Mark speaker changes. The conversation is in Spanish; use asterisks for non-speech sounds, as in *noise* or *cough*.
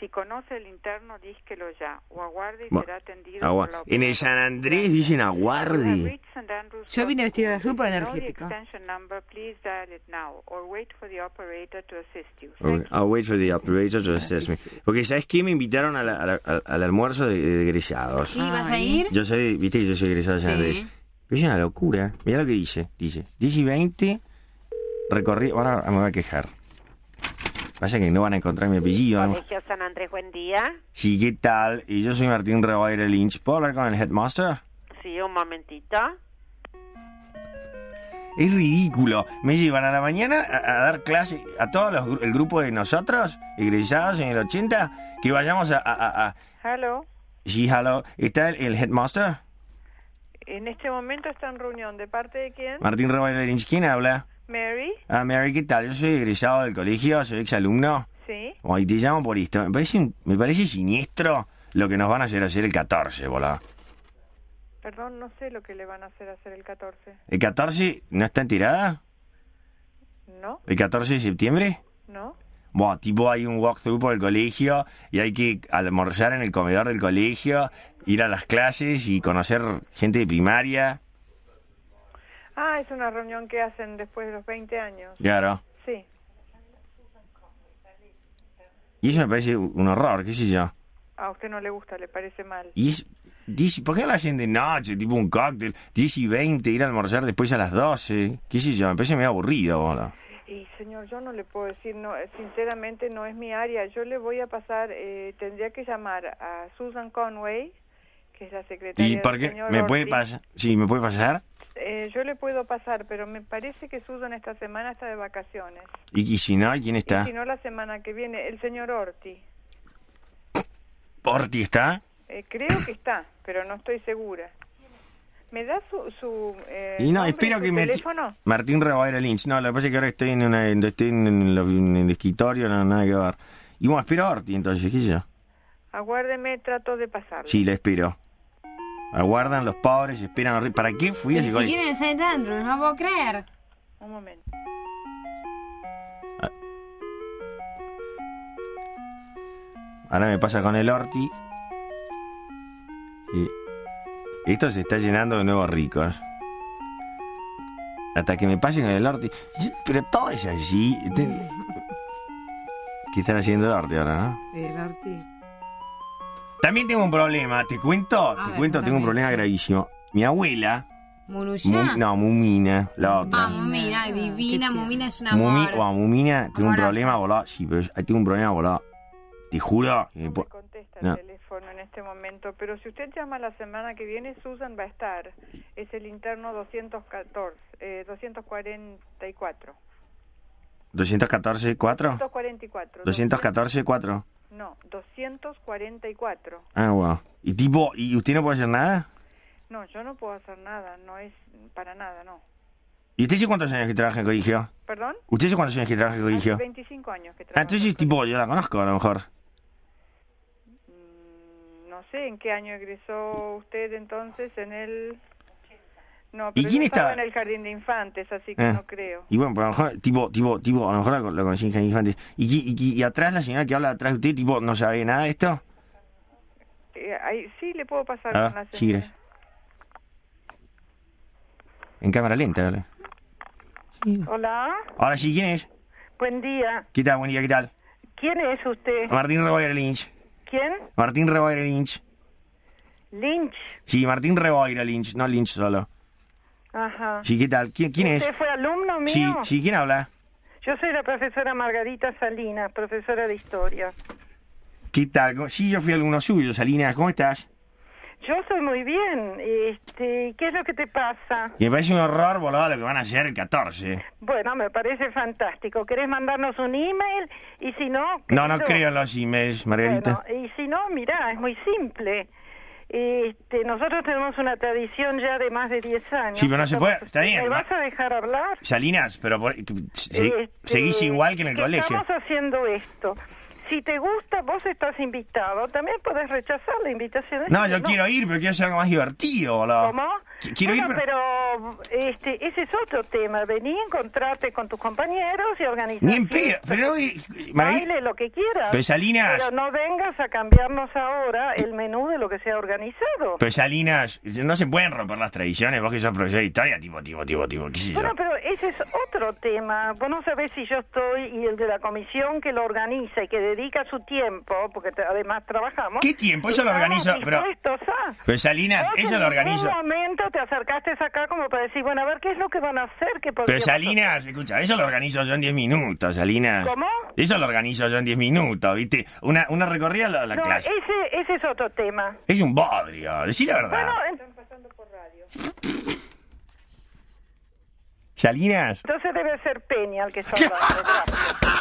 Speaker 1: Si conoce el interno, dísquelo ya, o aguarde y
Speaker 2: Bueno,
Speaker 1: será atendido
Speaker 2: agua-
Speaker 1: por la
Speaker 2: En el San Andrés dicen aguardi.
Speaker 3: Yo vine vestida de azul por energética.
Speaker 2: Okay, I'll wait for the operator
Speaker 1: Ah,
Speaker 2: to assess me. Porque, ¿sabes qué? Me invitaron a la- a la- al- al almuerzo de, de egresados.
Speaker 4: Sí, vas a ir.
Speaker 2: Yo soy, viste que yo soy egresado de San
Speaker 4: Sí.
Speaker 2: Andrés. Pero es una locura. Mirá lo que dice. Dice, 10 y 20, recorrí... Ahora me voy a quejar. Pasa que no van a encontrar mi apellido. ¿no?
Speaker 5: Colegio San Andrés, buen día.
Speaker 2: Sí, ¿qué tal? Y yo soy Martín Rebaire Lynch. ¿Puedo hablar con el headmaster?
Speaker 5: Sí, un momentito.
Speaker 2: Es ridículo. Me llevan a la mañana a, a dar clase a todos los, gru- el grupo de nosotros, egresados en el 80, que vayamos a... a, a- a-
Speaker 1: Hello.
Speaker 2: Sí, hello. ¿Está el, el headmaster?
Speaker 1: En este momento está en reunión. ¿De parte de quién?
Speaker 2: Martín Rebaire Lynch. ¿Quién habla?
Speaker 1: Mary.
Speaker 2: Ah, Mary, ¿qué tal? Yo soy egresado del colegio, soy exalumno.
Speaker 1: Sí.
Speaker 2: Hoy te llamo por esto. Me parece, un- me parece siniestro lo que nos van a hacer hacer el 14, boludo.
Speaker 1: Perdón, no sé lo que le van a hacer hacer el 14.
Speaker 2: ¿El 14 no está en tirada?
Speaker 1: ¿No?
Speaker 2: ¿El 14 de septiembre?
Speaker 1: ¿No?
Speaker 2: Bueno, tipo hay un walkthrough por el colegio y hay que almorzar en el comedor del colegio, ir a las clases y conocer gente de primaria.
Speaker 1: Ah, es una reunión que hacen después de los 20 años.
Speaker 2: Claro.
Speaker 1: Sí.
Speaker 2: Y eso me parece un horror, qué sé yo.
Speaker 1: A usted no le gusta, le parece mal.
Speaker 2: Y es, diez- ¿Por qué lo hacen de noche? Tipo un cóctel, 10 y 20, ir a almorzar después a las 12. Qué sé yo, me parece medio aburrido, boludo.
Speaker 1: Y señor, yo no le puedo decir, no, eh, sinceramente no es mi área. Yo le voy a pasar, eh, tendría que llamar a Susan Conway, que es la secretaria
Speaker 2: ¿Y por
Speaker 1: del
Speaker 2: qué?
Speaker 1: señor
Speaker 2: ¿Me puede
Speaker 1: Ortiz.
Speaker 2: pasar? Sí, ¿me puede pasar?
Speaker 1: Eh, yo le puedo pasar, pero me parece que Susan esta semana está de vacaciones.
Speaker 2: ¿Y, y si no? ¿Quién
Speaker 1: Y
Speaker 2: está?
Speaker 1: si no, la semana que viene, el señor Orti.
Speaker 2: ¿Porti está?
Speaker 1: Eh, creo que está, pero no estoy segura. ¿Me da su, su eh,
Speaker 2: Y no,
Speaker 1: nombre,
Speaker 2: espero
Speaker 1: su
Speaker 2: que me...
Speaker 1: teléfono?
Speaker 2: Martín Rebaira Lynch. No, lo que pasa es que ahora estoy en, una, en- estoy en, en lo- en el escritorio, no, nada que ver. Y bueno, espero a Orti, entonces, ¿qué sé yo?
Speaker 1: Aguárdeme, trato de pasarlo.
Speaker 2: Sí, la espero. Aguardan los pobres, esperan a Orti. ¿Para qué fui a
Speaker 4: Pero
Speaker 2: ese
Speaker 4: si
Speaker 2: colegio?
Speaker 4: quieren el St. Andrews, no puedo creer.
Speaker 1: Un momento.
Speaker 2: Ahora me pasa con el Orti. Y esto se está llenando de nuevos ricos. Hasta que me pasen con el Orti. Sí, Pero todo es
Speaker 3: *laughs*
Speaker 2: así. Te- ¿Qué están haciendo el Orti ahora, no?
Speaker 3: El arte.
Speaker 2: También tengo un problema, te cuento,
Speaker 3: A
Speaker 2: te
Speaker 3: ver,
Speaker 2: cuento, tengo un
Speaker 3: contame.
Speaker 2: problema gravísimo. Mi abuela, Mu-
Speaker 4: Munuya.
Speaker 2: no, Mumina, la
Speaker 4: Ah,
Speaker 2: otra.
Speaker 4: Mumina,
Speaker 3: Qué
Speaker 4: divina.
Speaker 3: tierna.
Speaker 4: Mumina es una
Speaker 2: Mumi,
Speaker 4: amor.
Speaker 2: o a Mumina, tengo un
Speaker 4: Amorosa.
Speaker 2: problema, boludo. Sí, pero yo- tengo un problema, boludo. Te juro. que me
Speaker 1: No
Speaker 2: po-
Speaker 1: me contesta
Speaker 2: No.
Speaker 1: el teléfono en este momento, pero si usted llama la semana que viene, Susan va a estar. Es el interno 214, eh, 244.
Speaker 2: 214, 4?
Speaker 1: 244.
Speaker 2: 214, 4.
Speaker 1: No, 244.
Speaker 2: Ah, wow. Y tipo, ¿y usted no puede hacer nada?
Speaker 1: No, yo no puedo hacer nada, no es para nada, no.
Speaker 2: ¿Y usted hace cuántos años que trabaja en colegio?
Speaker 1: ¿Perdón?
Speaker 2: ¿Usted hace cuántos años que trabaja en
Speaker 1: Hace
Speaker 2: colegio?
Speaker 1: 25 años que
Speaker 2: Ah,
Speaker 1: trabajo.
Speaker 2: entonces, tipo, yo la conozco a lo mejor.
Speaker 1: Mm, No sé en qué año egresó usted entonces, en el... No,
Speaker 2: ¿Y
Speaker 1: pero yo
Speaker 2: quién
Speaker 1: estaba
Speaker 2: estaba?
Speaker 1: en el jardín de infantes, así que
Speaker 2: Ah.
Speaker 1: no creo.
Speaker 2: Y bueno, pero a lo mejor, tipo, tipo, tipo, a lo mejor la, la conocí en Jaime Infantes. ¿Y, qui- y, qui- y atrás, la señora que habla atrás de usted, tipo, no sabe nada de esto?
Speaker 1: Eh, ahí- sí, le puedo pasar
Speaker 2: Ah,
Speaker 1: con la
Speaker 2: sí,
Speaker 1: señora.
Speaker 2: gracias. En cámara lenta, dale.
Speaker 5: Hola,
Speaker 2: Ahora sí, ¿quién es?
Speaker 5: buen día.
Speaker 2: ¿Qué tal? Buen día, ¿qué tal?
Speaker 5: ¿Quién es usted?
Speaker 2: Martín Reboire Lynch.
Speaker 5: ¿Quién?
Speaker 2: Martín Reboire Lynch.
Speaker 5: Lynch.
Speaker 2: Sí, Martín Reboire Lynch, no Lynch solo.
Speaker 5: Ajá.
Speaker 2: Sí, ¿qué tal? ¿Quién, quién es?
Speaker 1: Este
Speaker 5: ¿Usted fue alumno
Speaker 2: Sí,
Speaker 5: mío?
Speaker 2: sí, ¿quién habla?
Speaker 5: Yo soy la profesora Margarita Salinas, profesora de historia.
Speaker 2: ¿Qué tal? ¿Cómo- Sí, yo fui alumno suyo, Salinas, ¿cómo estás?
Speaker 5: Yo soy muy bien. Este, ¿Qué es lo que te pasa?
Speaker 2: Y me parece un horror, boludo, lo que van a hacer el 14.
Speaker 5: Bueno, me parece fantástico. ¿Querés mandarnos un email? Y si no...
Speaker 2: No, no
Speaker 5: querido-
Speaker 2: creo en los emails, Margarita.
Speaker 5: Bueno, y si no, mirá, es muy simple. Este, nosotros tenemos una tradición ya de más de 10 años.
Speaker 2: Sí, pero no se puede, está bien,
Speaker 5: ¿Me
Speaker 2: ma-
Speaker 5: vas a dejar hablar?
Speaker 2: Salinas, pero por- se-
Speaker 5: Este,
Speaker 1: Eh,
Speaker 2: seguís igual que en el
Speaker 5: que
Speaker 2: colegio.
Speaker 5: Estamos haciendo esto.
Speaker 1: Si te gusta, vos estás invitado. También podés rechazar la invitación.
Speaker 2: No,
Speaker 1: Decir,
Speaker 2: yo quiero ir, pero quiero hacer algo más divertido, boludo.
Speaker 1: ¿Cómo?
Speaker 2: Qui- Quiero
Speaker 1: Bueno,
Speaker 2: ir, pero...
Speaker 1: pero este, ese es otro tema. Vení, encontrarte con tus compañeros y organizar.
Speaker 2: Ni en pedo.
Speaker 1: fiestas,
Speaker 2: Pero no... Maraví-
Speaker 1: Baile lo que quieras.
Speaker 2: Pero Salinas-
Speaker 1: Pero no vengas a cambiarnos ahora el menú de lo que se ha organizado.
Speaker 2: Pero Salinas, no se pueden romper las tradiciones, vos que sos profesor de historia, tipo, tipo, tipo, tipo, qué sé yo.
Speaker 1: Bueno, pero ese es otro tema. Vos no sabés si yo estoy y el de la comisión que lo organiza y que dedica su tiempo, porque te- además trabajamos.
Speaker 2: ¿Qué tiempo? Eso lo
Speaker 1: estamos
Speaker 2: organizo, pero-
Speaker 1: dispuestos a-
Speaker 2: Pero Salinas,
Speaker 1: Vos
Speaker 2: eso
Speaker 1: en
Speaker 2: lo organizo.
Speaker 1: ningún momento te acercaste acá como para decir, bueno, a ver qué es lo que van a hacer. Que
Speaker 2: Pero
Speaker 1: podríamos hacer?
Speaker 2: Salinas, escucha, eso lo organizo yo en 10 minutos, Salinas.
Speaker 1: ¿Cómo?
Speaker 2: Eso lo organizo yo en 10 minutos, ¿viste? Una, una recorrida a la, a la
Speaker 1: No,
Speaker 2: clase.
Speaker 1: ese, ese es otro tema.
Speaker 2: Es un bodrio, decí la verdad.
Speaker 1: Bueno, en-
Speaker 2: Salinas. *laughs*
Speaker 1: entonces debe ser Peña el que está hablando.